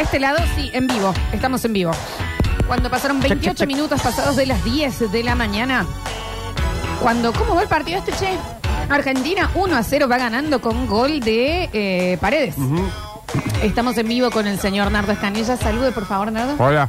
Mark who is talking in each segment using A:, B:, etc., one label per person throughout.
A: este lado, sí, en vivo. Estamos en vivo. Cuando pasaron 28
B: check.
A: minutos pasados de las 10 de la mañana. Cuando, ¿cómo va el partido este, che? Argentina 1 a 0 va ganando con gol de eh, Paredes. Estamos en vivo con el señor Nardo Escanilla. Salude, por favor, Nardo.
B: Hola.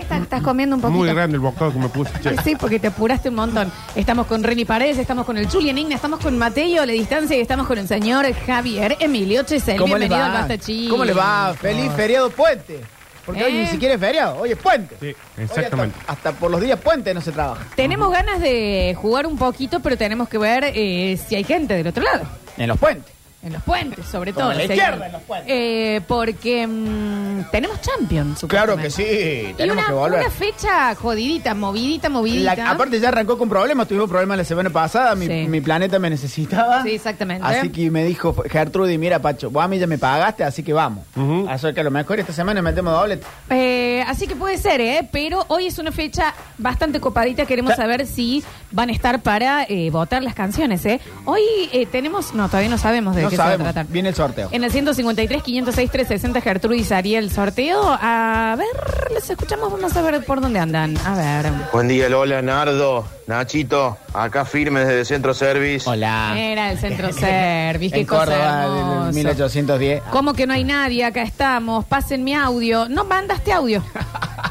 A: Estás, estás comiendo un poquito.
B: Muy grande el bocado que me puse. che.
A: Ay, Sí, porque te apuraste un montón. Estamos con Reni Paredes, estamos con el Julian Igna, estamos con Mateo a la distancia y estamos con el señor Javier Emilio Chesel. Bienvenido al Basta Chicos.
C: ¿Cómo le va? Feliz feriado puente. Porque hoy
A: ¿Eh?
C: ni siquiera es feriado, hoy es puente.
B: Sí,
C: Hoy
B: exactamente.
C: Hasta, hasta por los días puente no se trabaja.
A: Tenemos ganas de jugar un poquito, pero tenemos que ver eh, si hay gente del otro lado.
C: En los puentes.
A: En los puentes, sobre
C: Como
A: todo.
C: la
A: si hay-
C: izquierda en los puentes.
A: Eh, porque mm, tenemos Champions,
C: Claro
A: supuestamente.
C: que sí,
A: Y
C: tenemos
A: una,
C: que volver.
A: una fecha jodidita, movidita, movidita.
C: La- aparte ya arrancó con problemas, tuvimos problemas la semana pasada, mi,
A: Sí.
C: mi planeta me necesitaba.
A: Sí, exactamente.
C: Así que me dijo Gertrude, mira Pacho, vos a mí ya me pagaste, así que vamos.
B: Ujú.
C: Así que a lo mejor esta semana metemos doble.
A: Eh, así que puede ser, ¿eh? Pero hoy es una fecha bastante copadita. Queremos
C: Sí.
A: saber si van a estar para eh, votar las canciones, ¿eh? Hoy eh, tenemos... No, todavía no sabemos de
C: No
A: qué se va a
C: sabemos,
A: tratar. Eh,
C: viene el sorteo.
A: En el 153, 506, 360, Gertrudis haría el sorteo. A ver, les escuchamos, vamos a ver por dónde andan. A ver.
D: Buen día, Lola, Nardo, Nachito, acá firmes desde Centro Service.
C: Hola.
A: Era el centro service, qué
C: en
A: cosa
C: Ah. Córdoba,
A: hermosa.
C: del 1810.
A: ¿Cómo que no hay nadie? Acá estamos. Pasen mi audio. No mandaste audio.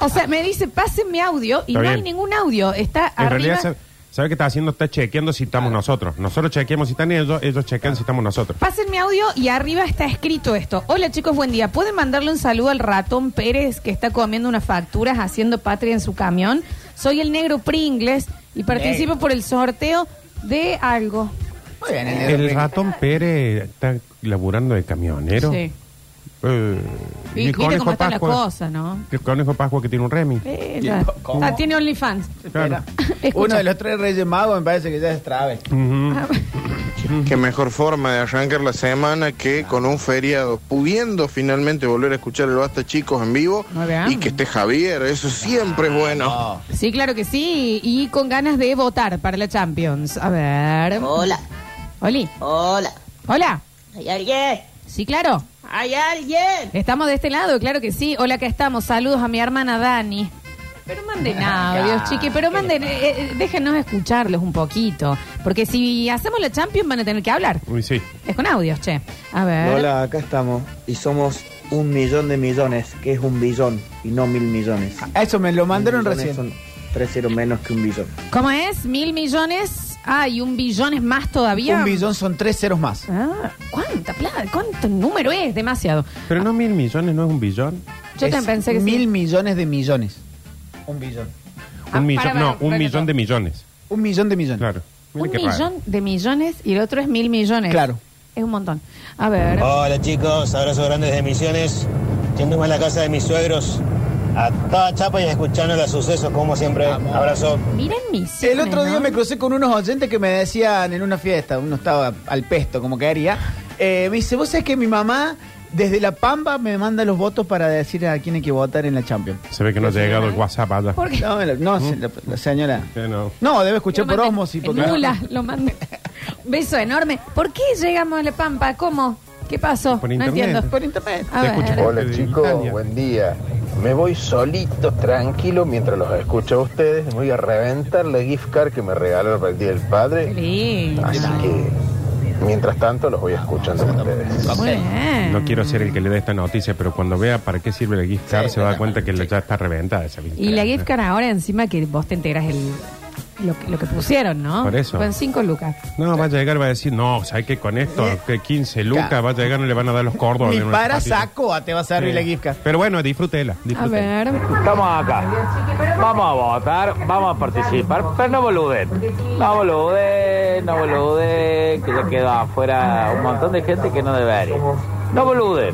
A: O sea, me dice, pasen mi audio y
B: Está
A: no
B: bien.
A: hay ningún audio. Está
B: En
A: arriba.
B: realidad, ¿sabe, sabe qué está haciendo? Está chequeando si estamos nosotros. Nosotros chequeamos si están ellos, ellos chequean si estamos nosotros.
A: Pasen mi audio y arriba está escrito esto. Hola chicos, buen día. ¿Pueden mandarle un saludo al ratón Pérez que está comiendo unas facturas haciendo patria en su camión? Soy el negro Pringles y participo por el sorteo de algo.
C: Muy bien, el negro
B: El
C: Pringles.
B: ratón Pérez está laburando de camionero.
A: Sí.
B: Eh,
A: Y
B: el
A: mira
B: conejo
A: cómo están las
B: Pascua-
A: cosas, ¿no?
B: El conejo Pascua que tiene un remi.
A: Eh,
C: Bien,
A: la-
C: ¿cómo?
A: Ah, tiene OnlyFans.
B: Claro.
A: Escucha.
C: Uno de los tres reyes magos me parece que ya es Travel.
B: Ujú.
D: Qué mejor forma de arrancar la semana que con un feriado, pudiendo finalmente volver a escuchar el Basta Chicos en vivo
A: Muy bien.
D: y que esté Javier, eso siempre es bueno.
C: No.
A: Sí, claro que sí. Y con ganas de votar para la Champions. A ver.
E: Hola,
A: Oli.
E: hola.
A: Hola.
E: ¿Hay alguien?
A: Sí, claro.
E: ¿Hay alguien?
A: Estamos de este lado, claro que sí. Hola, acá estamos. Saludos a mi hermana Dani. Pero manden audios, chiqui. Pero manden, eh, eh, déjenos escucharlos un poquito. Porque si hacemos la Champions van a tener que hablar.
B: Uy, sí.
A: Es con audios, che. A ver.
F: Hola, acá estamos y somos un millón de millones, que es un billón y no mil millones.
C: Eso me lo mandaron
F: Mil
C: recién.
F: millones Son tres ceros menos que un billón.
A: ¿Cómo es? ¿Mil millones? Ah, y un billón es más todavía.
C: Un billón son tres ceros más.
A: Ah, ¿cuánta plata? ¿Cuánto número es? Demasiado.
B: Pero no mil millones, no es un billón.
A: Yo también
C: Es
A: pensé que sí.
C: Mil millones de millones. Un billón.
A: Ah,
B: Un millón,
A: para, para,
B: no, un
A: para
B: millón
A: todo.
B: de millones.
C: Un millón de millones.
B: Claro. Mira
A: Un
B: qué raro.
A: millón de millones y el otro es mil millones.
C: Claro.
A: Es un montón. A ver.
B: Ah.
G: Hola chicos, abrazo grande desde Misiones. Yéndome a la casa de mis suegros. A toda chapa y escuchando los sucesos como siempre. Abrazo.
A: Miren mis.
C: El otro día me crucé con unos oyentes que me decían en una fiesta, uno estaba al pesto, como que haría. eh, me dice, ¿vos sabés que mi mamá desde La Pampa me manda los votos para decir a quién hay que votar en la Champions?
B: Se ve que no ha llegado el WhatsApp allá.
A: ¿Por qué?
C: No, me lo- no, se- la, la señora.
B: Que no.
C: No, debe escuchar
A: Lo
C: por
A: mandé
C: osmosis.
A: en
C: Porque
A: Mula, lo mandé. Beso enorme. ¿Por qué llegamos a La Pampa? ¿Cómo? ¿Qué pasó?
B: Por
A: no
B: internet.
A: entiendo.
C: Por internet.
A: A
B: Te
A: ver.
B: escucho.
H: Hola
B: Desde
H: chicos,
B: Italia.
H: buen día. Me voy solito, tranquilo, mientras los escucho a ustedes. Voy a reventar la gift card que me regalaron para el Día del
A: Qué
H: Padre.
A: lindo.
H: Así que, mientras tanto, los voy escuchando a ustedes.
A: Muy bien.
B: No quiero ser el que le dé esta noticia, pero cuando vea para qué sirve la gift card, se va a dar cuenta que la- ya está reventada esa gift
A: Y la
B: card.
A: gift card ahora encima que vos te enteras el, lo, que- lo que pusieron, ¿no?
B: Por eso.
A: Con cinco lucas.
B: No, va a llegar, va a decir, no, ¿sabes qué? Con esto, que 15 lucas, va a llegar, no le van a dar los cordones.
C: Ni
B: unas
C: para
B: zapatillas.
C: saco te va a servir
B: Sí.
C: la gift card.
B: Pero bueno, disfrútela.
A: A
B: disfrútela.
A: ver.
I: Estamos acá. Vamos a votar, vamos a participar, pero no boluden. No boluden, no boluden, que ya queda afuera un montón de gente que no debería. No boluden.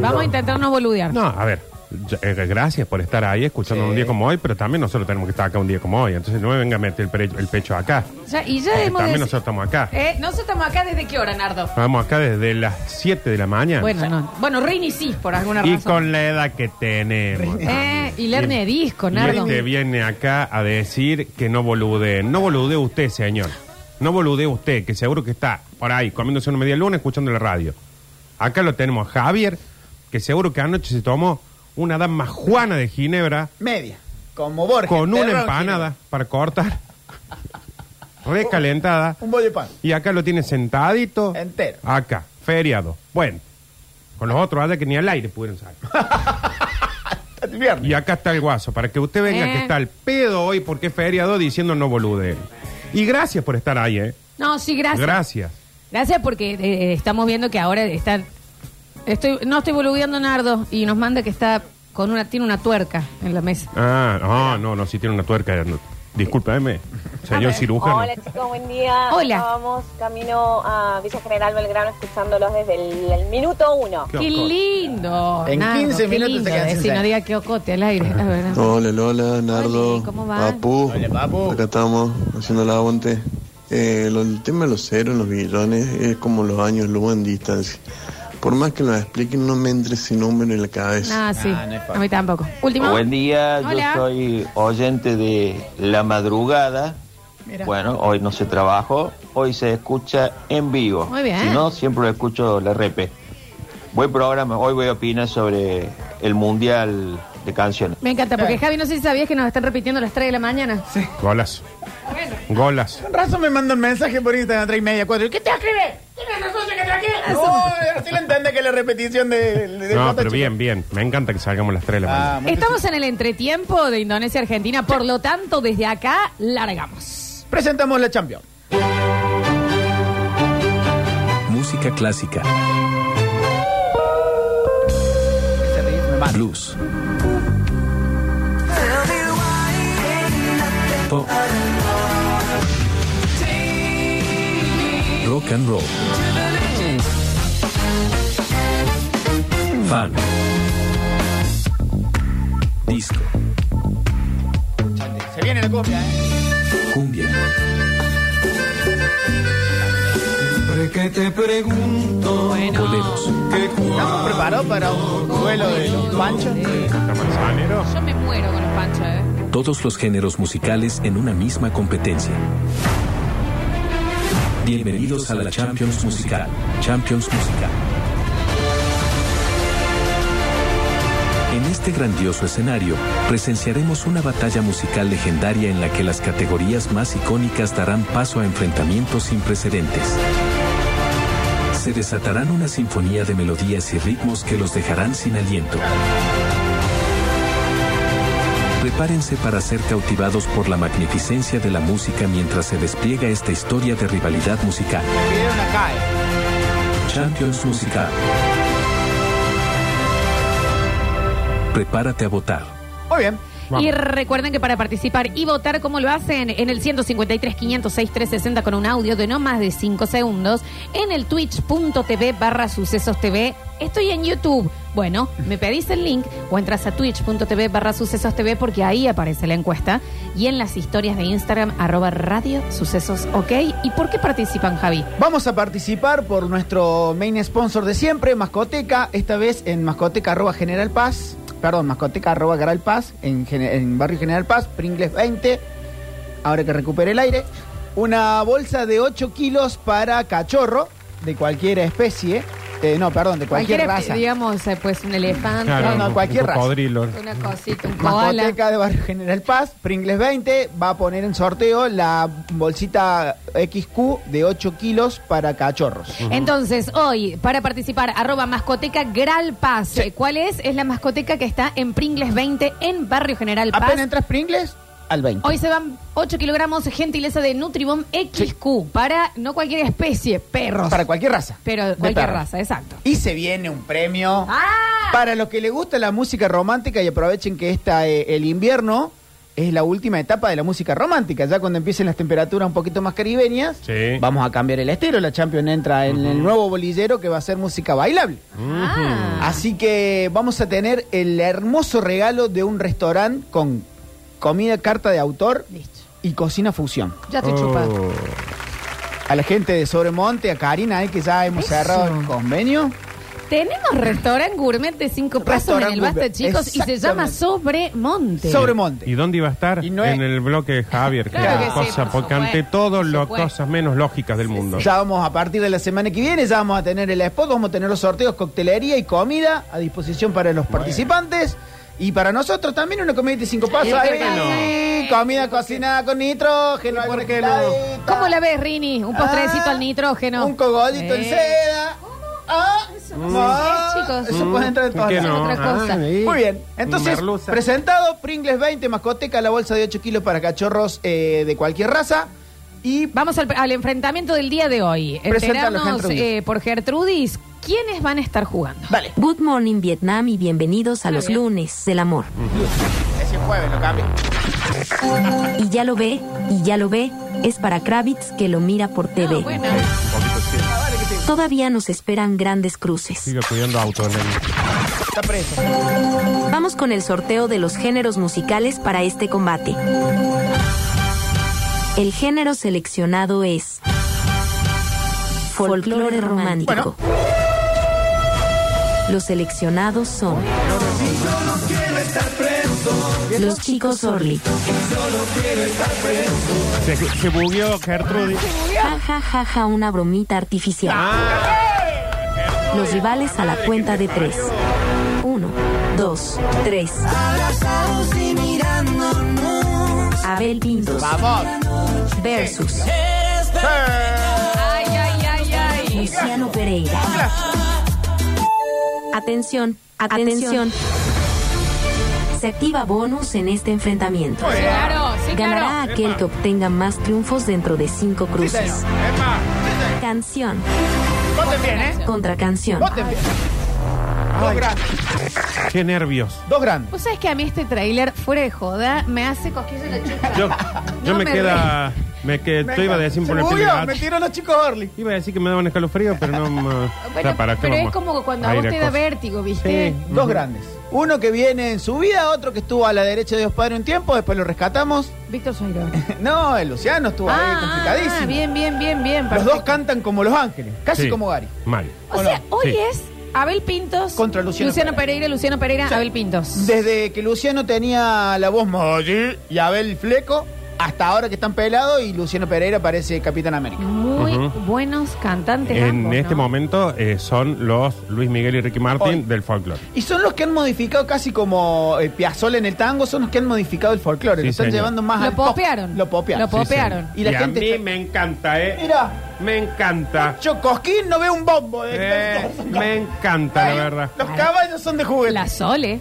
A: Vamos a intentar no boludear.
B: No, a ver. ya- eh, Gracias por estar ahí escuchando un día como hoy, pero también nosotros tenemos que estar acá un día como hoy. Entonces no me venga a meter el, pre- el pecho acá.
A: Ya- y ya
B: Porque
A: hemos
B: también
A: deci-
B: nosotros estamos acá.
A: Eh, nosotros estamos acá desde qué hora, Nardo?
B: Vamos acá desde las 7 de la mañana.
A: Bueno, no. Bueno, Reini sí, por alguna
B: y
A: razón.
B: con la edad que tenemos.
A: Eh, y Lerne de disco,
B: Y
A: Nardo.
B: este viene acá a decir que no bolude. No bolude usted, señor. No bolude usted, que seguro que está por ahí comiéndose una media luna escuchando la radio. Acá lo tenemos a Javier, que seguro que anoche se tomó una dama juana de Ginebra
C: Media. Como Borges.
B: con
C: Perrón,
B: una empanada para cortar, recalentada,
C: Ginebra. Un bollo de pan.
B: y acá lo tiene sentadito.
C: Entero.
B: Acá, feriado. Bueno, con los otros allá que ni al aire pudieron salir.
C: El viernes.
B: Y acá está el guaso, para que usted venga
A: Eh.
B: que está al pedo hoy porque es feriado diciendo no bolude. Y gracias por estar ahí, ¿eh?
A: No, sí, gracias.
B: Gracias.
A: Gracias porque eh, estamos viendo que ahora está. Estoy, no estoy boludeando Nardo y nos manda que está con una, tiene una tuerca en la mesa.
B: Ah, no, no, no, si tiene una tuerca. no. Discúlpeme, señor cirujano.
J: Eh, Hola chicos, buen día.
A: Hola.
J: Acá Vamos camino a Villa General Belgrano escuchándolos desde el, el minuto uno.
A: ¡Qué lindo!
C: En 15
A: qué
C: minutos
A: lindo,
C: se quedan
A: eh,
C: sin
A: Si no
C: sal.
A: diga que ocote al aire, la verdad.
D: Hola Lola, Nardo,
A: Oli, ¿cómo va?
D: Papu.
C: Hola, Papu.
D: Acá estamos haciendo el aguante. Eh, lo- el tema de los ceros, los billones, es como los años luz en distancia. Por más que lo expliquen, no me entre ese número en la cabeza.
A: Ah, sí.
C: Ah, no es fácil.
A: a mí tampoco. Último.
G: Buen día,
A: Hola.
G: yo soy oyente de La Madrugada.
C: Mira.
G: Bueno, hoy no se trabajó, hoy se escucha en vivo.
A: Muy bien.
G: Si no, siempre lo escucho la repe. Buen programa, hoy voy a opinar sobre el Mundial de Canciones.
A: Me encanta, porque
C: Claro.
A: Javi, no sé si sabías que nos están repitiendo a las 3 de la mañana. Sí.
B: Golas. Golas.
C: Con razón me manda un mensaje por Instagram a 3 y media, 4. ¿Qué te escribe? ¿Tienes razón de que Ah, te escribe? No, así lo entiende que la repetición de. de
B: No,
C: Jota,
B: pero
C: chico.
B: bien, bien. Me encanta que salgamos a las 3 de la
C: Ah,
B: mañana.
C: muy
A: Estamos en el entretiempo de Indonesia-Argentina, por lo tanto, desde acá largamos.
C: bien. Presentamos la Champions.
K: Música clásica,
C: Se ríe, me mata.
K: blues. Pop. Rock and roll. Funk. Disco,
C: Se viene la cumbia, ¿eh?
K: cumbia, boleros,
C: ¿Estamos preparados para un duelo de los panchos?
B: ¿Está manzanero?
A: Yo me muero con los panchos, ¿eh?
K: todos los géneros musicales en una misma competencia. Bienvenidos a la Champions Musical. Champions Musical. En este grandioso escenario, presenciaremos una batalla musical legendaria en la que las categorías más icónicas darán paso a enfrentamientos sin precedentes. Se desatarán una sinfonía de melodías y ritmos que los dejarán sin aliento. Prepárense para ser cautivados por la magnificencia de la música mientras se despliega esta historia de rivalidad musical.
C: Pidieron acá, ¿eh?
K: Champions Musical. Prepárate a votar.
C: Muy bien.
B: Vamos.
A: Y recuerden que para participar y votar, ¿cómo lo hacen? En el 153 506 360 con un audio de no más de 5 segundos. En el twitch.tv barra sucesos TV. Estoy en YouTube. Bueno, me pedís el link o entras a twitch.tv barra sucesos TV porque ahí aparece la encuesta. Y en las historias de Instagram, arroba radio sucesos ok. ¿Y por qué participan, Javi?
C: Vamos a participar por nuestro main sponsor de siempre, Mascoteca, esta vez en mascoteca arroba General Paz, perdón, mascoteca arroba Garal Paz, en, Gen- en Barrio General Paz, Pringles 20, ahora que recupere el aire, una bolsa de 8 kilos para cachorro, de cualquier especie, eh, no, perdón, de cualquier, raza.
A: digamos, eh, pues un elefante,
B: Claro,
C: no,
B: un-
C: cualquier
B: un
C: raza.
B: cocodrilo.
A: una cosita, un koala.
C: Mascoteca de Barrio General Paz, Pringles 20, va a poner en sorteo la bolsita XQ de 8 kilos para cachorros.
A: Entonces, hoy, para participar, arroba mascoteca Gral Paz. ¿Cuál es? Es la mascoteca que está en Pringles 20 en Barrio General Paz.
C: Apenas entras Pringles, al 20.
A: Hoy se van 8 kilogramos gentileza de Nutribom XQ para no cualquier especie, perros.
C: Para cualquier raza.
A: pero
C: De
A: cualquier
C: perros.
A: raza, exacto.
C: Y se viene un premio.
A: ¡Ah!
C: Para los que les gusta la música romántica y aprovechen que esta, eh, el invierno es la última etapa de la música romántica. Ya cuando empiecen las temperaturas un poquito más caribeñas,
B: Sí.
C: vamos a cambiar el estilo. La Champions entra en el nuevo bolillero que va a ser música bailable.
A: Ah.
C: Así que vamos a tener el hermoso regalo de un restaurante con comida carta de autor
A: Listo.
C: y cocina fusión.
A: Ya estoy chupado.
B: Oh.
C: A la gente de Sobremonte, a Karina, eh, que ya hemos
A: Eso.
C: cerrado el convenio.
A: Tenemos restaurante gourmet de cinco pasos en
C: Restaurant
A: el Basta,
C: gourmet,
A: chicos, y se llama
C: exactamente.
A: Sobremonte.
C: Sobremonte.
B: ¿Y dónde iba a estar? En el bloque de Javier.
A: Este. Claro
B: que
A: que sí,
B: cosa,
A: por
B: porque ante
A: supuesto,
B: todo,
A: por
B: las
A: supuesto.
B: cosas menos lógicas del mundo.
C: Ya vamos a partir de la semana que viene, ya vamos a tener el spot, vamos a tener los sorteos, coctelería y comida a disposición para los participantes. Y para nosotros también una comida de cinco pasos.
A: ¿por
C: ahí.
A: qué no?
C: Sí, comida cocinada con nitrógeno. ¿Por qué
A: ¿Cómo la ves, Rini? Un postrecito al nitrógeno.
C: Un cogollito en
A: Eh.
C: seda. Ah, ah,
A: chicos.
C: Eso
A: Mm.
C: puede entrar en
B: ¿Por
C: todas
B: qué
C: las
B: no?
C: otras cosas.
B: Ah, sí.
C: Muy bien. Entonces,
B: Merluza.
C: presentado Pringles 20, mascoteca, la bolsa de 8 kilos para cachorros eh, de cualquier raza. Y
A: Vamos al, al enfrentamiento del día de hoy.
C: Preséntalo,
A: Enterarnos
C: Gertrudis.
A: eh, por Gertrudis quiénes van a estar jugando.
C: Vale.
L: Good morning Vietnam y bienvenidos a los lunes del amor.
C: Ese jueves lo cambio.
L: Y ya lo ve, y ya lo ve, es para Kravitz que lo mira por
A: Ah,
L: TV. Todavía nos esperan grandes cruces.
B: Sigue cuidando auto, Elena.
C: Está preso.
L: Vamos con el sorteo de los géneros musicales para este combate. El género seleccionado es folclore romántico. Los seleccionados son los chicos Orly.
B: Se, se bugueó Gertrudis.
L: Ja, ja, ja, ja, una bromita artificial. Los rivales a la cuenta de tres. Uno, dos, tres. Abel Pintos. Versus
A: Ay, ay, ay, ay.
L: Luciano Pereira. Atención, atención. Se activa bonus en este enfrentamiento.
A: Claro, sí,
L: Ganará
A: claro.
L: aquel que obtenga más triunfos dentro de cinco cruces. Canción
C: Voten bien, ¿eh?
L: contra canción.
C: Voten bien. Dos grandes.
B: Qué nervios.
C: Dos grandes.
A: Vos sabés que a mí este tráiler, fuera de joda, me hace cosquillas en la chucha.
B: Yo, yo
A: No
B: me,
A: me
B: queda. Me que, yo iba a decir
C: Se
B: por el
C: bugueó,
B: primer-
C: me tiró los chicos Orly.
B: Iba a decir que me daban escalofrío, pero no. me-
A: Bueno,
B: O sea, ¿para qué
A: pero es
B: vamos
A: como cuando a
B: ir
A: vos te da
B: cosas?
A: vértigo, ¿viste?
B: Sí.
C: Dos
B: Ujú.
C: grandes. Uno que viene en su vida, otro que estuvo a la derecha de Dios Padre un tiempo, después lo rescatamos.
A: Víctor Soiro.
C: No, el Luciano estuvo ahí complicadísimo.
A: ah, bien, bien, bien, bien.
C: Los
A: perfecto.
C: dos cantan como Los Ángeles, casi
B: Sí.
C: como Gary.
B: Mal.
A: O sea,
B: no?
A: hoy
B: Sí.
A: es Abel Pintos.
C: Contra Luciano
A: Pereira, Luciano Pereira,
C: Sí.
A: Abel Pintos.
C: Desde que Luciano tenía la voz Moji y Abel Fleco, hasta ahora que están pelados y Luciano Pereira parece Capitán América.
A: Muy
B: Ujú.
A: buenos cantantes.
B: En
A: ambos,
B: este
A: ¿no?
B: momento eh, son los Luis Miguel y Ricky Martin
C: Hoy.
B: del folclore.
C: Y son los que han modificado casi como eh, Piazzolla en el tango, son los que han modificado el folclore,
B: Sí,
C: lo están
B: señor.
C: llevando más
A: Lo
C: al pop.
A: popearon.
C: Lo popearon.
A: Lo popearon.
C: Y la
B: a
C: gente
B: mí
C: está-
B: me encanta, ¿eh?
C: Mira,
B: Me encanta.
C: yo Cosquín no veo un bombo. De...
B: Eh, me encanta, la verdad.
C: Los caballos "Ah, son de juguete.
A: La Sole.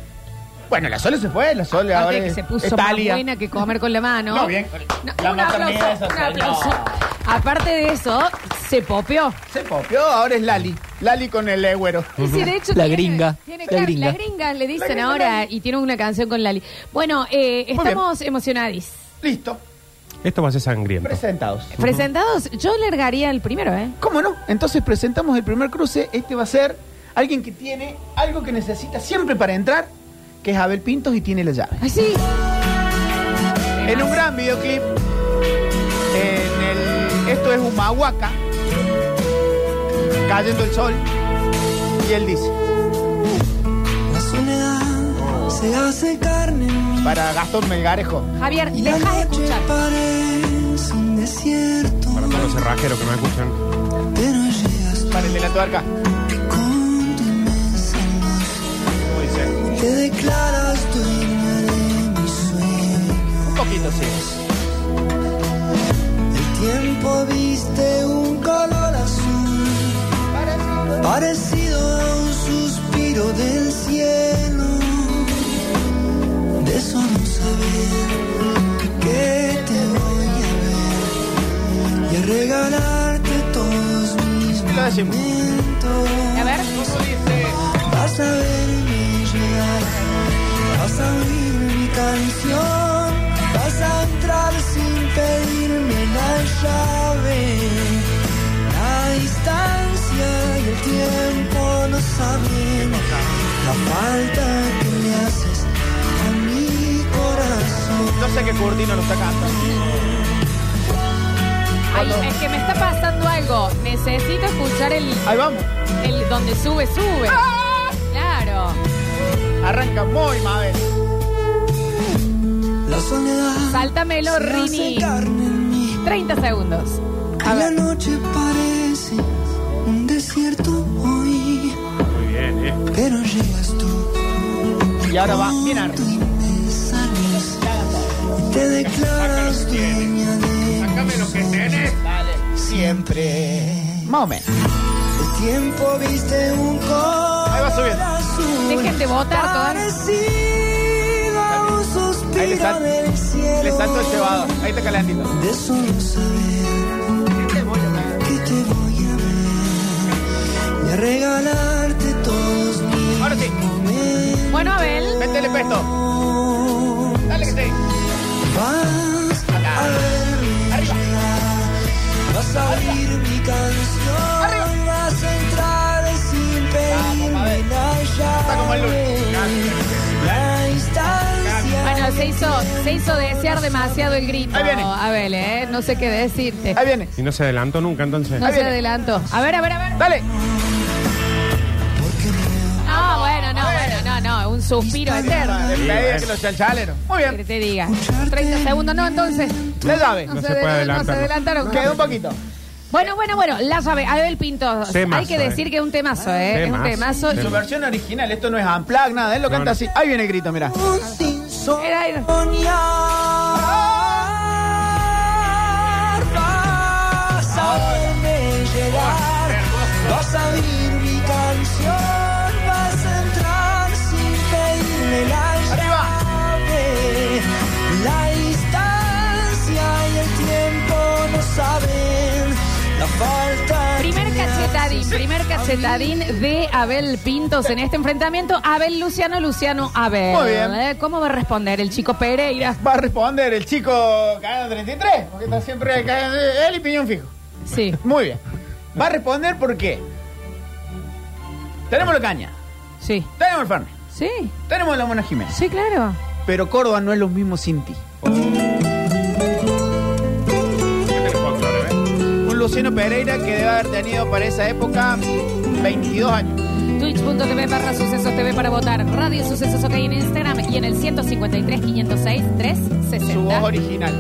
C: Bueno, la Sole se fue, la Sole ahora
A: Aparte que
C: es-
A: se puso
C: es
A: más
C: Thalia.
A: buena que comer con la mano.
C: No, bien.
A: No,
C: La
A: un
C: maternidad
A: aplauso,
C: esa
A: un
C: señora.
A: aplauso. Aparte de eso, se popeó.
C: Se popió, ahora es Lali. Lali con el Eguero.
A: Y sí, de hecho,
M: La
A: tiene-
M: gringa,
A: tiene-
M: la
A: claro, la, gringa.
M: gringa.
A: le dicen
C: gringa,
A: ahora
C: Lali.
A: y tiene una canción con Lali. Bueno, eh,
C: Muy bien.
A: estamos emocionadis.
C: Listo,
B: Esto va a ser sangriento.
C: presentados.
A: Presentados, yo largaría el primero, ¿eh?
C: ¿Cómo no? Entonces presentamos el primer cruce. Este va a ser alguien que tiene algo que necesita siempre para entrar, que es Abel Pintos y tiene la llave.
A: Ay, sí.
C: En un gran videoclip, en el, esto es Humahuaca, cayendo el sol, y él dice,
N: La soledad se hace carne en mí.
C: para Gastón Melgarejo,
A: Javier,
N: Y la
A: deja de
N: noche
A: escuchar.
N: parece un desierto,
B: Para todos los cerrajeros que me escuchan.
N: pero llegas
C: para el de la tuerca.
N: con tu inmensa luz. Te declaras dueña de mis sueños.
C: Un poquito, sí.
N: El tiempo viste un color azul, parecido a un suspiro del cielo. De eso no saber que te voy a ver y a regalarte todos mis
C: Y lo decimos.
A: A
N: momentos.
A: ver.
N: Vas a verme llegar, vas a oír mi canción, vas a entrar sin pedirme la llave. La distancia y el tiempo no saben la falta que le haces a mi corazón.
C: No sé qué Curtino lo está cantando.
A: Ay, es que me está pasando algo. Necesito escuchar el.
C: Ahí vamos.
A: El donde sube, sube. Ah. Claro.
C: Arranca muy Mabel.
N: La soledad.
A: Sáltamelo,
N: se hace
A: Rini.
N: carne en mí.
A: 30 segundos. A
N: La
A: ver.
N: noche parece un desierto hoy,
B: Muy bien, ¿eh?
N: pero llegas tú.
C: Y ahora va, bien arriba.
N: Sales, te declaras dueña de
B: Sácame lo que tenés.
N: siempre.
C: Más o menos.
N: El tiempo viste un color
C: Ahí va subiendo.
N: azul.
A: Dejen de votar todas.
N: Parecido a un suspiro
C: Ahí le sal-
N: del cielo.
C: Le salto el cebado. Ahí está calentito.
N: De solo saber que te voy a ver y a regalarte todos mis
C: Ahora sí.
N: momentos.
A: Bueno, Abel.
C: Métele pesto. Dale que sí.
N: Vas a verme llegar, vas a oír mi canción, vas a entrar sin
C: Vamos, a ver.
N: pedirme la
C: Está como el lunes.
N: llave. La instancia
A: Bueno, se hizo, se hizo desear demasiado el grito.
C: Ahí viene.
A: Abel, ¿eh? No sé qué decirte.
C: Ahí viene.
B: Y no se adelantó nunca entonces.
A: No
C: ahí
A: se
C: viene.
A: adelantó. A ver, a ver, a ver.
C: Dale.
A: No, bueno, no, bueno, no, no. Un suspiro eterno.
C: Despedida que los chalchaleros. Muy
A: Que
C: bien.
A: te diga. 30 segundos, no, entonces.
C: La llave.
B: No se puede
A: no se
B: adelantar.
A: adelantaron.
C: Queda un poquito.
A: Bueno, bueno, bueno, la sabe. Abel Pinto.
B: Temazo,
A: Hay que decir
B: eh.
A: que es un temazo,
B: Temazo.
A: ¿eh? Es un temazo.
C: Su versión original, esto no es unplug, nada, él lo
B: No,
C: canta
B: no.
C: así. Ahí viene el grito, mira.
N: un
A: Era- era-
N: soñar. Vas a verme llegar, vas a oír mi canción, vas a entrar sin pedirme la llave. La distancia y el tiempo no saben la falta. que
A: Primer
N: me
A: cachetadín,
N: haces
A: primer cachetadín de Abel Pintos en este enfrentamiento. Abel Luciano, Luciano Abel.
C: Muy bien.
A: Eh, ¿Cómo va a responder el chico Pereira?
C: Va a responder el chico cada 33, porque está siempre cada- él y piñón fijo.
A: Sí.
C: Muy bien. Va a responder por qué. Tenemos la caña,
A: Sí.
C: tenemos el Fernet,
A: Sí.
C: tenemos la Mona Jiménez.
A: Sí, claro.
C: Pero Córdoba no es lo mismo sin ti. Un Luciano Pereira que debe haber tenido para esa época 22 años.
A: Twitch.tv barra sucesos TV para votar. Radio Sucesos OK en Instagram y en el 153 506 360.
C: Su voz original.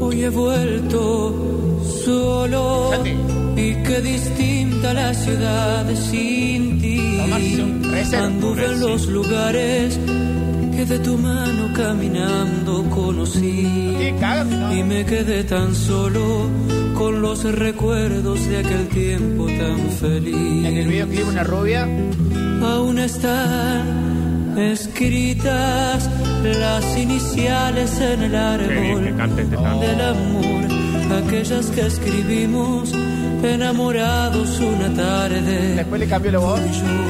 N: Hoy he vuelto solo
C: Santi.
N: y qué distinta la ciudad sin ti.
C: Tomarse un reserva.
N: Anduve en los lugares que de tu mano caminando conocí
C: Sí, cágate, ¿no?
N: y me quedé tan solo con los recuerdos de aquel tiempo tan feliz.
C: En el videoclip una rubia.
N: Aún están escritas las iniciales en el árbol
B: Qué bien que canta este tango.
N: del amor, aquellas que escribimos enamorados una tarde.
C: Después le cambió la voz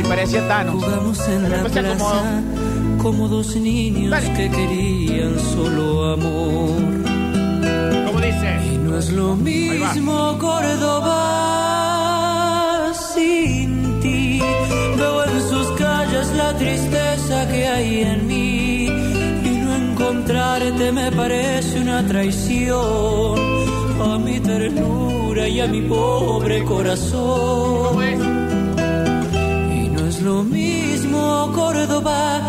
C: y parecía Thanos.
N: Jugamos en la
C: Después se acomodó.
N: plaza como dos niños
C: Dale.
N: que querían solo amor.
B: ¿Cómo dice?
N: Y no es lo
B: va.
N: mismo Córdoba sin ti. Veo en sus calles la tristeza que hay en mí. Y no encontrarte me parece una traición a mi ternura y a mi pobre corazón. Y no es lo mismo Córdoba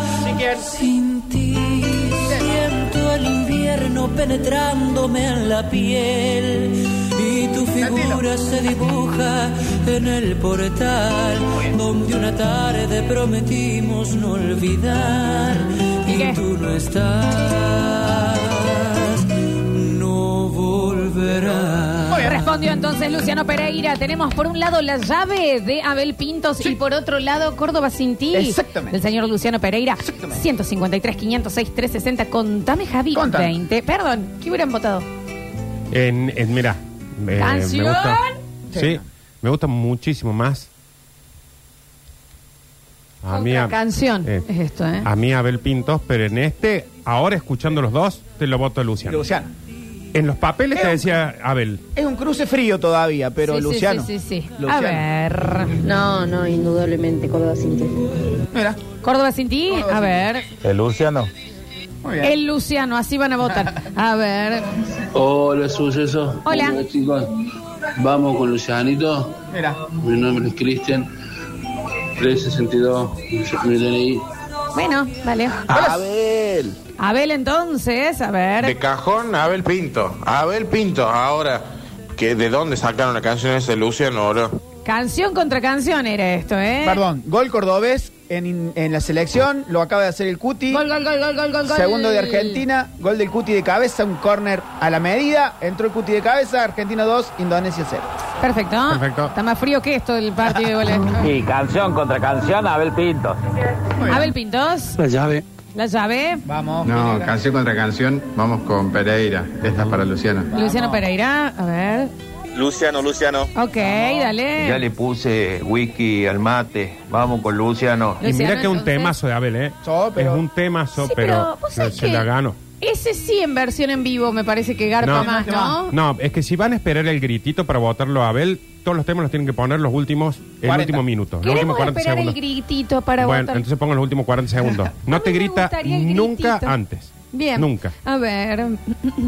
N: sin ti. Siento el invierno penetrándome en la piel y tu figura se dibuja en el portal donde una tarde prometimos no olvidar
A: Sigue.
N: y tú no estás, no volverás.
A: Respondió entonces Luciano Pereira. Tenemos por un lado la llave de Abel Pintos y por otro lado Córdoba sin ti.
C: Exactamente.
A: El señor Luciano Pereira.
C: Exactamente.
A: 153, 506, 360. Contame, Javi.
C: Contame.
A: 20. Perdón, ¿qué hubieran votado?
B: En, en- mira. eh,
A: ¿Canción?
B: Me gusta,
C: Sí.
B: sí, me gusta muchísimo más.
A: Otra canción es esto, ¿eh?
B: A mí Abel Pintos, pero en este, ahora escuchando los dos, te lo voto a Luciano.
C: Luciano.
B: En los papeles te
C: Eh,
B: decía Abel.
C: Es un cruce frío todavía, pero
A: Sí, sí,
C: Luciano.
A: Sí, sí, sí. A
C: Luciano.
A: ver.
E: No, no, indudablemente Córdoba sin ti.
C: Mira,
A: Córdoba sin ti.
C: Córdoba
A: A
C: sin
A: ver.
G: El Luciano.
C: muy bien.
A: El Luciano, así van a votar. A ver.
M: Hola, suceso.
A: Hola.
M: ¿Cómo va, chicos? Vamos con Lucianito.
C: Mira.
M: Mi nombre es Cristian. 362, mi DNI.
A: Bueno, dale.
H: Abel.
A: Abel, entonces, a ver.
H: De cajón, Abel Pinto. Abel Pinto, ahora. que ¿De dónde sacaron la canción ese Luciano Oro?
A: Canción contra canción era esto, ¿eh?
C: Perdón, gol cordobés en, en la selección, lo acaba de hacer el Cuti.
A: Gol, gol, gol, gol, gol, gol. gol.
C: Segundo de Argentina, gol del Cuti de cabeza, un córner a la medida, entró el Cuti de cabeza, Argentina 2, Indonesia 0.
A: Perfecto. Perfecto. Está más frío que esto el partido de goles.
I: Y canción contra canción, Abel Pinto.
A: Abel Pintos,
O: La llave.
A: la llave.
C: Vamos.
O: No, canción contra canción, vamos con Pereira. Esta es para Luciano.
A: Luciano Pereira, a ver.
P: Luciano, Luciano.
A: Ok, dale.
Q: Ya le puse whisky al mate. Vamos con Luciano.
B: Y mira que es un temazo de Abel, ¿eh?
C: pero-
B: Es un temazo,
A: Sí, pero
B: pero, no
A: vos sabés
B: se
A: que-
B: la gano.
A: Ese sí en versión en vivo me parece que garpa más, ¿no?
B: no, es que si van a esperar el gritito para votarlo a Abel, todos los temas los tienen que poner los últimos, el
A: 40.
B: último minuto, los últimos
A: Queremos
B: 40
A: esperar
B: segundos.
A: el gritito para
B: bueno,
A: votar.
B: entonces pongan los últimos 40 segundos. No te grita
A: gustaría el
B: nunca
A: gritito.
B: antes.
A: Bien.
B: Nunca.
A: A ver.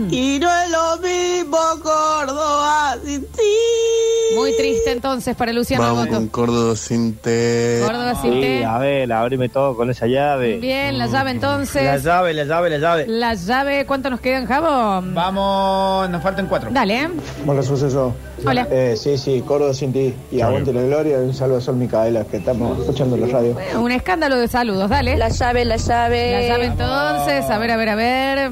R: Y no es lo mismo Córdoba sin ti.
A: Muy triste entonces para Luciano
D: Vamos
A: Boto.
D: con Córdoba sin té.
A: Córdoba sin té.
F: Abel, abrime todo con esa llave.
A: Bien, la llave entonces.
F: La llave, la llave, la llave.
A: La llave, ¿cuánto nos quedan, Javo?
C: Vamos, nos faltan cuatro.
A: Dale. ¿eh?
S: Hola, suceso.
A: Hola.
S: Eh, sí, sí, Córdoba sin ti. Y aguante la gloria. Un saludo a Sol Micaela, que estamos escuchando la radio.
A: Un escándalo de saludos, dale. La llave, la llave. La llave entonces, a ver, a ver, a ver.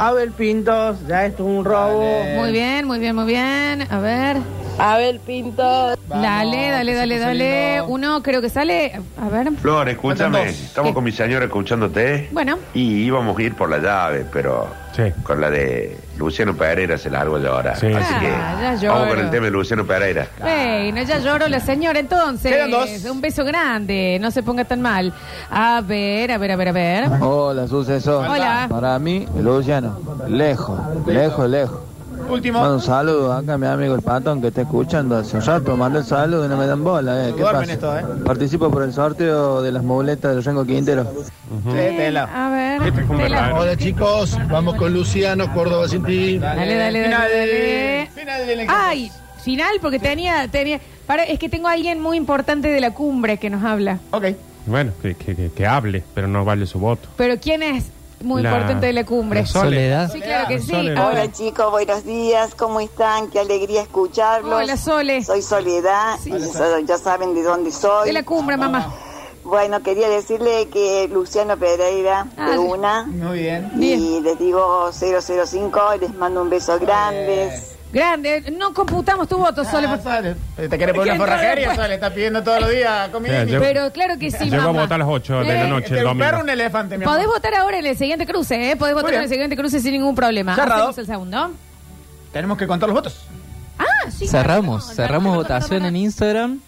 F: Abel Pintos, ya esto es un robo.
A: Muy bien, muy bien, muy bien. A ver. Abel Pinto. Dale, dale, dale, dale. Uno creo que sale. A ver.
T: Flor, escúchame,
A: Faltan dos.
T: estamos
A: ¿Qué?
T: con mi señora escuchándote ¿eh?
A: Bueno.
T: y íbamos a ir por la llave, pero con la de Luciano Pereira se largo ya ahora. Así que
A: Ah, ya
T: vamos con
A: lloro.
T: el tema de Luciano Pereira.
A: Bueno, ya lloró la señora entonces.
T: Quedan dos.
A: Un beso grande, no se ponga tan mal. A ver, a ver, a ver, a ver.
F: Hola, suceso.
A: ¿Eh? Hola.
F: Para mí, Luciano, lejos, lejos, lejos.
C: Último.
F: Mando un saludo acá a mi amigo el patón que está escuchando hace un rato. Mando el saludo y no me dan bola. Eh. ¿Qué
C: Duermen
F: pasa?
C: estos, eh.
F: Participo por el sorteo de las muletas del Rengo Quintero.
C: Sí, tela.
A: A ver.
B: Este
U: Hola chicos, vamos con Luciano, Córdoba sin ti.
A: Dale, dale, dale.
U: Final.
A: dale. Eh, Ay, final porque tenía, tenía. Para, es que tengo a alguien muy importante de la cumbre que nos habla.
C: Ok.
B: Bueno, que, que- que- que hable, pero no vale su voto.
A: Pero ¿quién es muy
B: La-
A: importante de la cumbre?
B: la Soledad.
A: Sí, claro
C: Ah,
A: que
B: La
A: sí.
B: Soledad.
A: Ahora,
R: Hola chicos, buenos días, ¿cómo están? Qué alegría escucharlos.
A: Hola, Sole.
R: Soy Soledad,
A: Sí.
R: y so- ya saben de dónde soy.
A: de la cumbre, mamá.
R: Bueno, quería decirle que Luciano Pereira
A: Ah,
R: de
A: sí.
R: una.
C: Muy bien.
R: Y les digo 005, les mando un beso grande.
A: Grande, no computamos tu voto, Sole. por-
C: ¿Te querés poner una
A: ¿Quién
C: forrajería?
A: sabe?
C: Sole? Ah, Está pidiendo todos los días comida.
B: Eh,
C: y-
B: yo-
A: Pero claro que sí,
B: Llegó a
A: mamá. Eh,
B: votar a las 8 de la noche el
C: Entre Este un
B: domingo.
C: perro un elefante, mi amor.
A: Podés votar ahora en el siguiente cruce, ¿eh? Podés votar en
C: bien.
A: el siguiente cruce sin ningún problema.
C: Cerrado.
A: Hacemos el segundo.
C: Tenemos que contar los votos.
A: Ah, sí.
V: Cerramos, cerramos votación en Instagram.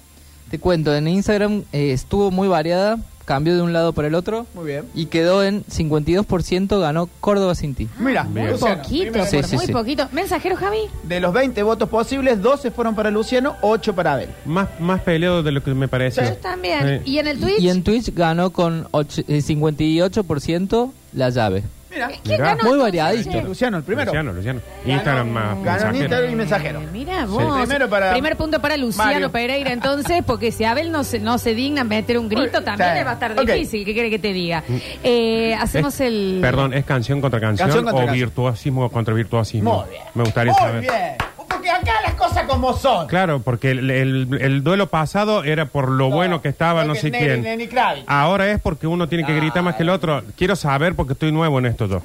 V: Te cuento, en Instagram eh, estuvo muy variada, cambió de un lado para el otro
C: Muy bien.
V: y quedó en 52% ganó Córdoba sin ti.
C: Mira,
V: Bien.
C: Luciano,
V: Poquito,
C: primero.
V: Sí, por sí,
A: Muy
V: sí.
A: poquito. Mensajero, Javi.
C: De los 20 votos posibles, 12 fueron para Luciano, 8 para Abel.
B: Más, más peleado de lo que me pareció.
A: Yo también.
B: Sí.
A: ¿Y en el Twitch?
V: Y en Twitch ganó con och- eh, 58% la llave.
A: Eh, ¿Quién
V: Mirá.
A: ganó?
V: Muy
A: entonces,
V: variadito.
A: eh?
C: Luciano, el primero.
B: Luciano, Luciano. Instagram más
C: Ganó
B: mensajero.
C: Instagram y mensajero.
A: Mira
B: Sí.
A: vos.
C: Primero para-
A: Primer punto para Luciano
C: Mario.
A: Pereira, entonces, porque si Abel no se, no se digna meter un grito, también
C: sí.
A: le va a estar
C: Ok.
A: difícil. ¿Qué quiere que te diga? Eh, hacemos
B: Es-
A: el.
B: Perdón, ¿es canción contra canción,
A: Canción contra
B: o
A: canción.
B: virtuosismo contra virtuosismo?
C: Muy bien.
B: Me gustaría
C: Muy
B: saber.
C: bien. Porque acá las cosas como son.
B: Claro, porque el, el- el duelo pasado era por lo bueno que estaba, no
C: Que
B: sé
C: Neri,
B: quién.
C: Neni Kravitz.
B: Ahora es porque uno tiene que gritar más que el otro. Quiero saber porque estoy nuevo en esto yo.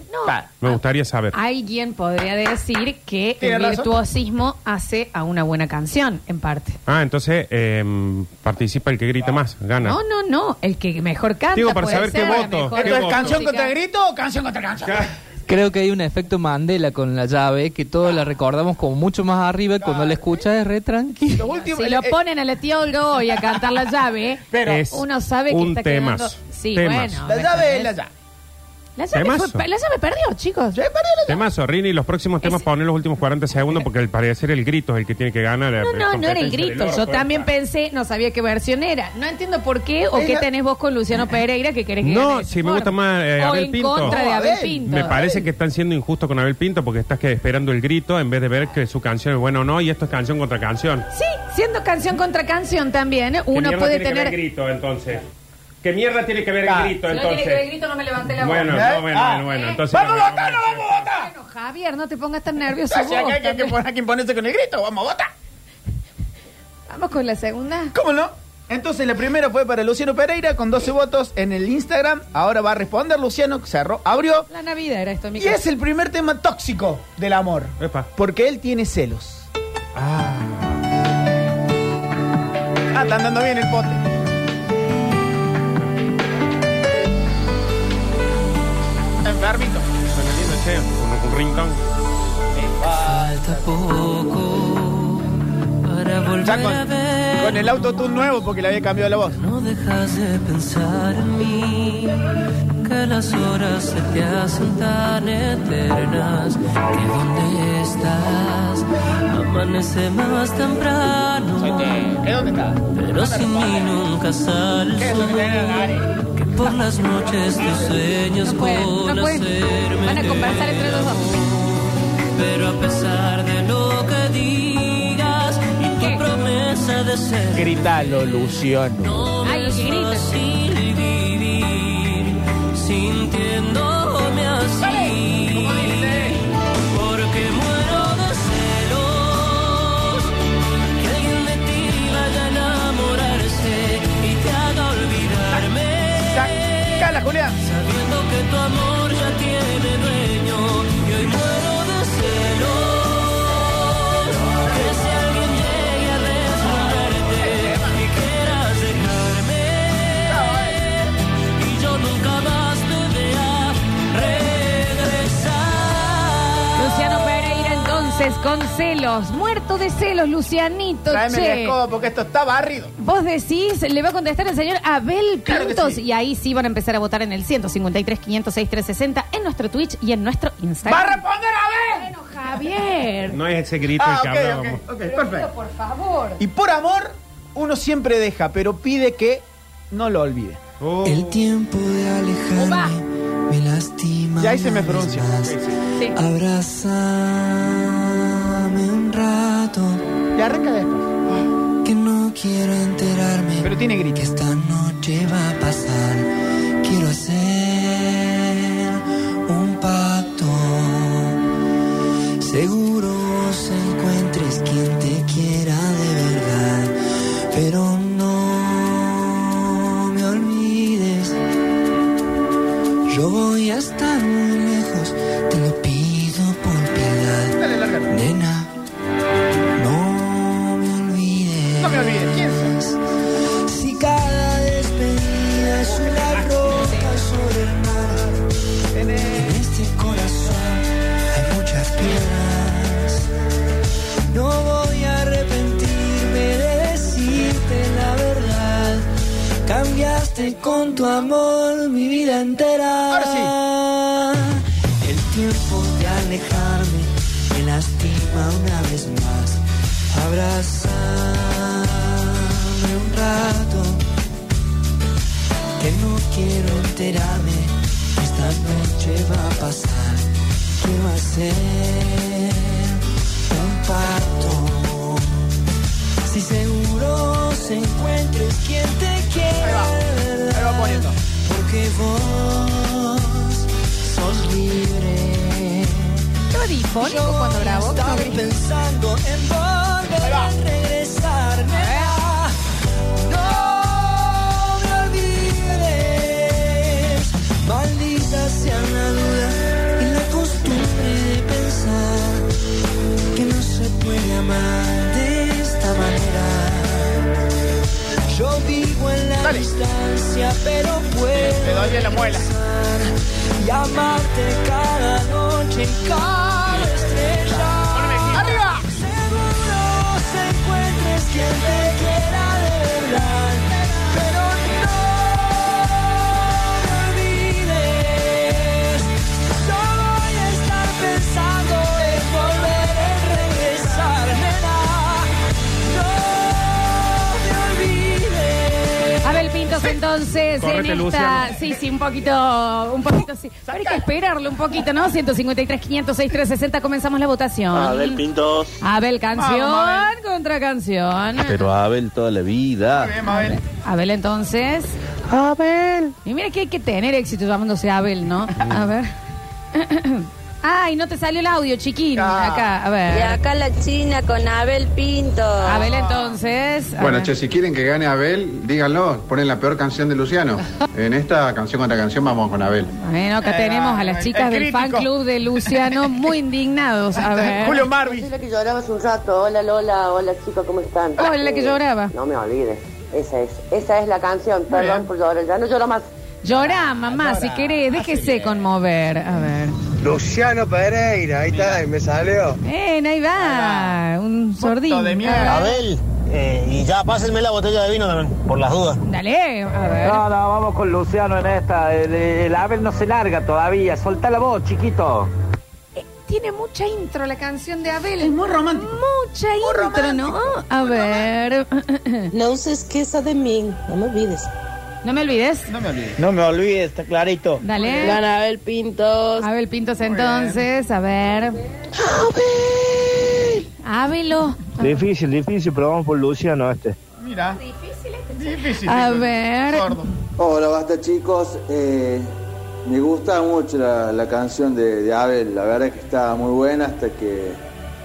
B: Me gustaría saber.
A: Ah. Alguien podría decir que
C: Tiene
A: el
C: razón.
A: virtuosismo hace a una buena canción, en parte.
B: Ah, entonces em, participa el que grita más, gana.
A: No, no, no. El que mejor canta.
B: Digo, para
A: puede
B: saber qué
A: ser la
B: voto,
A: mejor
B: qué voto.
C: ¿Canción
A: música.
C: contra grito o canción contra canción?
V: Creo que hay un efecto Mandela con la llave que todos la recordamos como mucho más arriba y cuando la escuchas es re tranquilo.
C: Los últimos-
A: Si lo ponen a la tía Olga hoy a cantar la llave,
V: Pero
A: uno sabe que
V: un
A: está
V: temas.
A: quedando... Sí,
V: Temas.
A: bueno.
C: La
A: ¿me
C: llave es la
A: entendés?
C: llave.
A: La llave,
B: Temazo.
A: fue- la llave perdió, chicos.
B: Temazo, Rini, los próximos temas ponen los últimos 40 segundos porque al parecer el grito es el que tiene que ganar.
A: No, no, no era el grito. Yo también pensé, no sabía qué versión era. No entiendo por qué o qué tenés vos con Luciano Pereira que querés que gane
B: Eh, No,
A: ese
B: si me
A: forma.
B: gusta más eh,
A: O
B: Abel
A: en
B: Pinto.
A: contra de Abel Pinto.
B: Me parece que están siendo injustos con Abel Pinto porque estás que esperando el grito en vez de ver que su canción es buena o no y esto es canción contra canción.
A: Sí, siendo canción contra canción también, ¿eh? uno
B: mierda
A: puede
B: tiene que ver
A: tener.
B: grito entonces? ¿Qué mierda tiene que ver el grito
A: Si no tiene que ver
B: entonces?
A: el grito, no me levanté la voz.
B: Bueno,
A: ¿Eh?
B: no, bueno,
A: Ah.
B: bueno, bueno, entonces...
A: ¡Vamos
B: no,
A: a
B: no,
A: votar,
B: no,
A: no vamos a votar! Bueno, Javier, no te pongas tan nervioso.
C: Si acá
A: vos
C: hay que- hay que
A: también.
C: poner- hay que imponerse con el grito, vamos a votar.
A: Vamos con la segunda.
C: ¿Cómo no? Entonces la primera fue para Luciano Pereira con 12 votos en el Instagram. Ahora va a responder Luciano, que cerró, abrió.
A: La Navidad era esto, mi
C: Y es el primer tema tóxico del amor. Porque él tiene celos. Ah, está andando bien el pote. Enfermito.
B: Como un rincón.
N: Falta poco para volver
C: Ya
N: a
C: con,
N: ver.
C: con el autotune nuevo porque le había cambiado la voz.
N: No dejas de pensar en mí, que las horas se te hacen tan eternas, que dónde estás, amanece más temprano. ¿Qué dónde estás? Pero sin mí nunca sale el sol, que por las noches tus sueños con
A: No pueden.
N: hacerme
A: Van a conversar entre los dos.
N: pero a pesar de lo que digas y tu promesa de ser
F: Gritalo, Luciano.
N: no
A: Ay,
N: es
A: que griten.
N: fácil vivir sintiéndome así porque muero de celos que alguien de ti vaya a enamorarse y te haga olvidarme
C: Cala, Julián.
N: Sabiendo que tu amor ya tiene dueño y hoy muero de celos. Que si alguien llegue a desnudarte y quieras dejarme y yo nunca más te vea regresar.
A: Luciano Pereira entonces con celos, muerto de celos, Lucianito.
C: Tráeme la
A: Che.
C: escoba porque esto está barrido.
A: Vos decís, le va a contestar el señor Abel
C: Claro que
A: Pintos
C: sí.
A: y ahí sí van a empezar a votar en el 153 506 360 en nuestro Twitch y en nuestro
C: ¡Va a
A: Instagram.
C: responder a ver!
A: Bueno, Javier.
B: No es ese grito
C: Ah,
B: el
C: ok,
B: que hablábamos.
C: ok, ok, perfecto.
A: Por favor.
C: Y por amor, uno siempre deja, pero pide que no lo olvide.
U: Oh.
N: El tiempo de alejarme me lastima.
C: Ya ahí se me pronuncia.
N: Abrázame un rato.
C: Y arranca después.
N: Que no quiero enterarme.
C: Pero tiene grito.
N: Que esta noche va a pasar. Quiero hacer un pacto. Seguro se encuentres quien te quiera de verdad. Pero no me olvides. Yo voy a estar muy lejos. Te lo pido por piedad.
C: Dale, lárgate.
N: Nena, no me olvides.
C: No me olvides, ¿quién
N: Si cada despedida es una roca sobre el mar, en este corazón hay muchas piedras. No voy a arrepentirme de decirte la verdad. Cambiaste con tu amor mi vida entera. Ahora sí. El tiempo de alejarme me lastima una vez más. Abrazame un rato. Que no quiero enterarme. Esta noche va a pasar. Quiero hacer un pacto. Si seguro se encuentres quien te quiera. de verdad, Porque vos sos libre.
A: Estaba difónico cuando grabó.
N: Estaba pensando en volver a regresarme. No me olvides. Maldita sea la duda y la costumbre de pensar que no se puede amar de esta manera. Yo vivo en la distancia, pero puedo.
C: Te doy en la muela.
N: Y amarte cada noche en cada estrella. ¡Arriba! Seguro se encuentres quien te quiera de verdad. Pero no te olvides.
A: Momentos entonces
B: Correte,
A: en esta.
B: Luciano.
A: Sí, sí, un poquito. Un poquito, sí. Pero hay que esperarlo un poquito, ¿no? 153, 506, 360. Comenzamos la votación.
J: Abel Pintos.
A: Abel, canción
J: Vamos,
A: contra canción.
J: Pero Abel toda la vida.
A: Abel. Abel, entonces. Abel. Y mira que hay que tener éxito llamándose Abel, ¿no? A ver. Ay, no te salió el audio, chiquín. Acá, a ver.
E: Y acá la China con Abel Pinto.
A: Abel, entonces. a
U: Bueno,
A: ver.
U: che, si quieren que gane Abel, díganlo, ponen la peor canción de Luciano. En esta canción contra canción vamos con Abel.
A: Bueno, acá tenemos a las chicas del fan club de Luciano muy indignados. A ver.
E: Marvin. Hola, que lloraba hace un rato. Hola, Lola. Hola, chicos, ¿cómo están?
A: Hola, la que lloraba.
E: No me olvides. Esa es, esa es la canción. Perdón por llorar. Ya no lloro más.
A: Llorá, mamá, si querés, déjese conmover. A ver.
P: Luciano Pereira, ahí está, y me salió.
A: Ven, ahí va. Un sordín. A ver.
G: Abel, eh, y ya pásenme la botella de vino también, por las dudas.
A: Dale, a ver.
E: Ah.
I: No, no, vamos con Luciano en esta. El, el Abel no se larga todavía. Soltá la voz, chiquito.
A: Tiene mucha intro la canción de Abel. Es muy romántico. Mucha intro, ¿no? A ver.
E: No se esqueza de mí. No me olvides.
A: No me olvides.
C: No me olvides.
F: No me olvides, está clarito.
A: Dale.
E: Gana Abel Pintos.
A: Abel Pintos entonces, a ver. ¡Abel! Abelo.
P: Difícil, difícil, pero vamos por Luciano este.
C: Mira. Difícil Difícil. este
A: A
C: chicos.
A: ver.
C: Sordo.
P: Hola, basta chicos. Eh, me gusta mucho la, la canción de, de Abel, la verdad que está muy buena hasta que...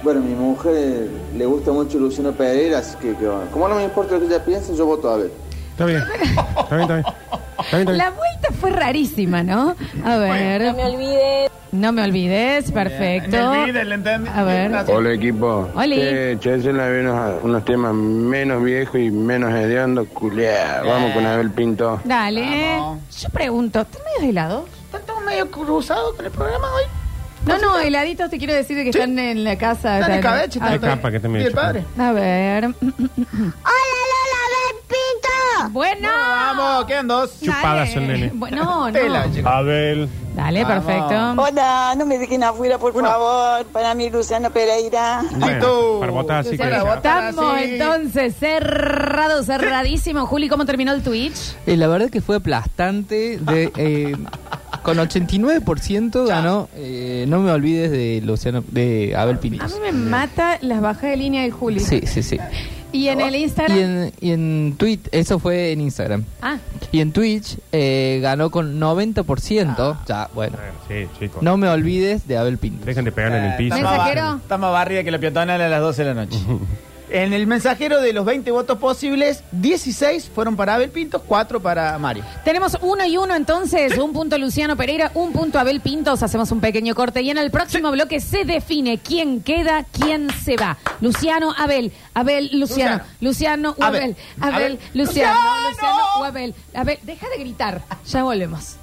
P: Bueno, mi mujer le gusta mucho Luciano Pereira, así que, que bueno, como no me importa lo que ella piense, yo voto a Abel.
B: Está bien. Está bien, está bien. Está bien, está bien.
A: La vuelta fue rarísima, ¿no? A ver. No me olvides. No me olvides, perfecto.
C: Me olvides, ¿le entendí?
A: A ver.
P: Hola equipo.
A: Oli.
P: Che, Chelsea le había unos, unos temas menos viejos y menos hediondos. Culear.
H: Eh.
P: Vamos con Abel Pinto.
A: Dale. Yo pregunto, ¿están medio helados?
C: Están todos medio cruzados con el programa hoy.
A: No, no, heladitos te quiero decir que están en la casa.
C: Están en
A: tal-
C: cabeche,
A: A
B: Hay
A: ver.
B: capa que te
C: Y
B: me
C: el padre.
A: A ver. Bueno.
C: Vamos, quedan dos.
B: Chupadas el nene.
A: Bueno,
C: Tela,
A: no.
C: chicos.
B: Abel.
A: Dale,
C: Vamos.
A: perfecto.
R: Hola, no me dejen afuera, por favor. Para mí, Luciano Pereira.
B: Bueno, para votar así que.
C: Luciano, vota.
A: Estamos
C: Ahora sí.
A: entonces cerrado, cerradísimo. Juli, ¿cómo terminó el Twitch?
V: Y Eh, la verdad que fue aplastante. De, eh, con 89% ganó. eh, no me olvides de Luciano, de Abel
A: A mí
V: Pintos.
A: me mata las bajas de línea de Juli.
V: Sí, sí, sí.
A: Y en el Instagram.
V: Y en, y en Twitch, eso fue en Instagram.
A: Ah,
V: Y en Twitch eh, ganó con 90%.
A: Ah.
V: Ya, bueno.
B: Sí, chicos.
V: No me olvides de Abel Pintos.
B: Dejen de pegarle en el piso.
C: Está más
A: ¿Mensajero?
C: barri- Está más barrida que la peatonal a las 12 de la noche. En el mensajero de los 20 votos posibles, 16 fueron para Abel Pintos, 4 para Mario.
A: tenemos uno y uno entonces. Un punto Luciano Pereira, un punto Abel Pintos. Hacemos un pequeño corte. Y en el próximo bloque se define quién queda, quién se va. Luciano, Abel. Abel, Luciano. Luciano, o Abel. Abel,
C: Abel. Abel,
A: Luciano.
C: Luciano.
A: Luciano, o Abel. Abel, deja de gritar. Ya volvemos.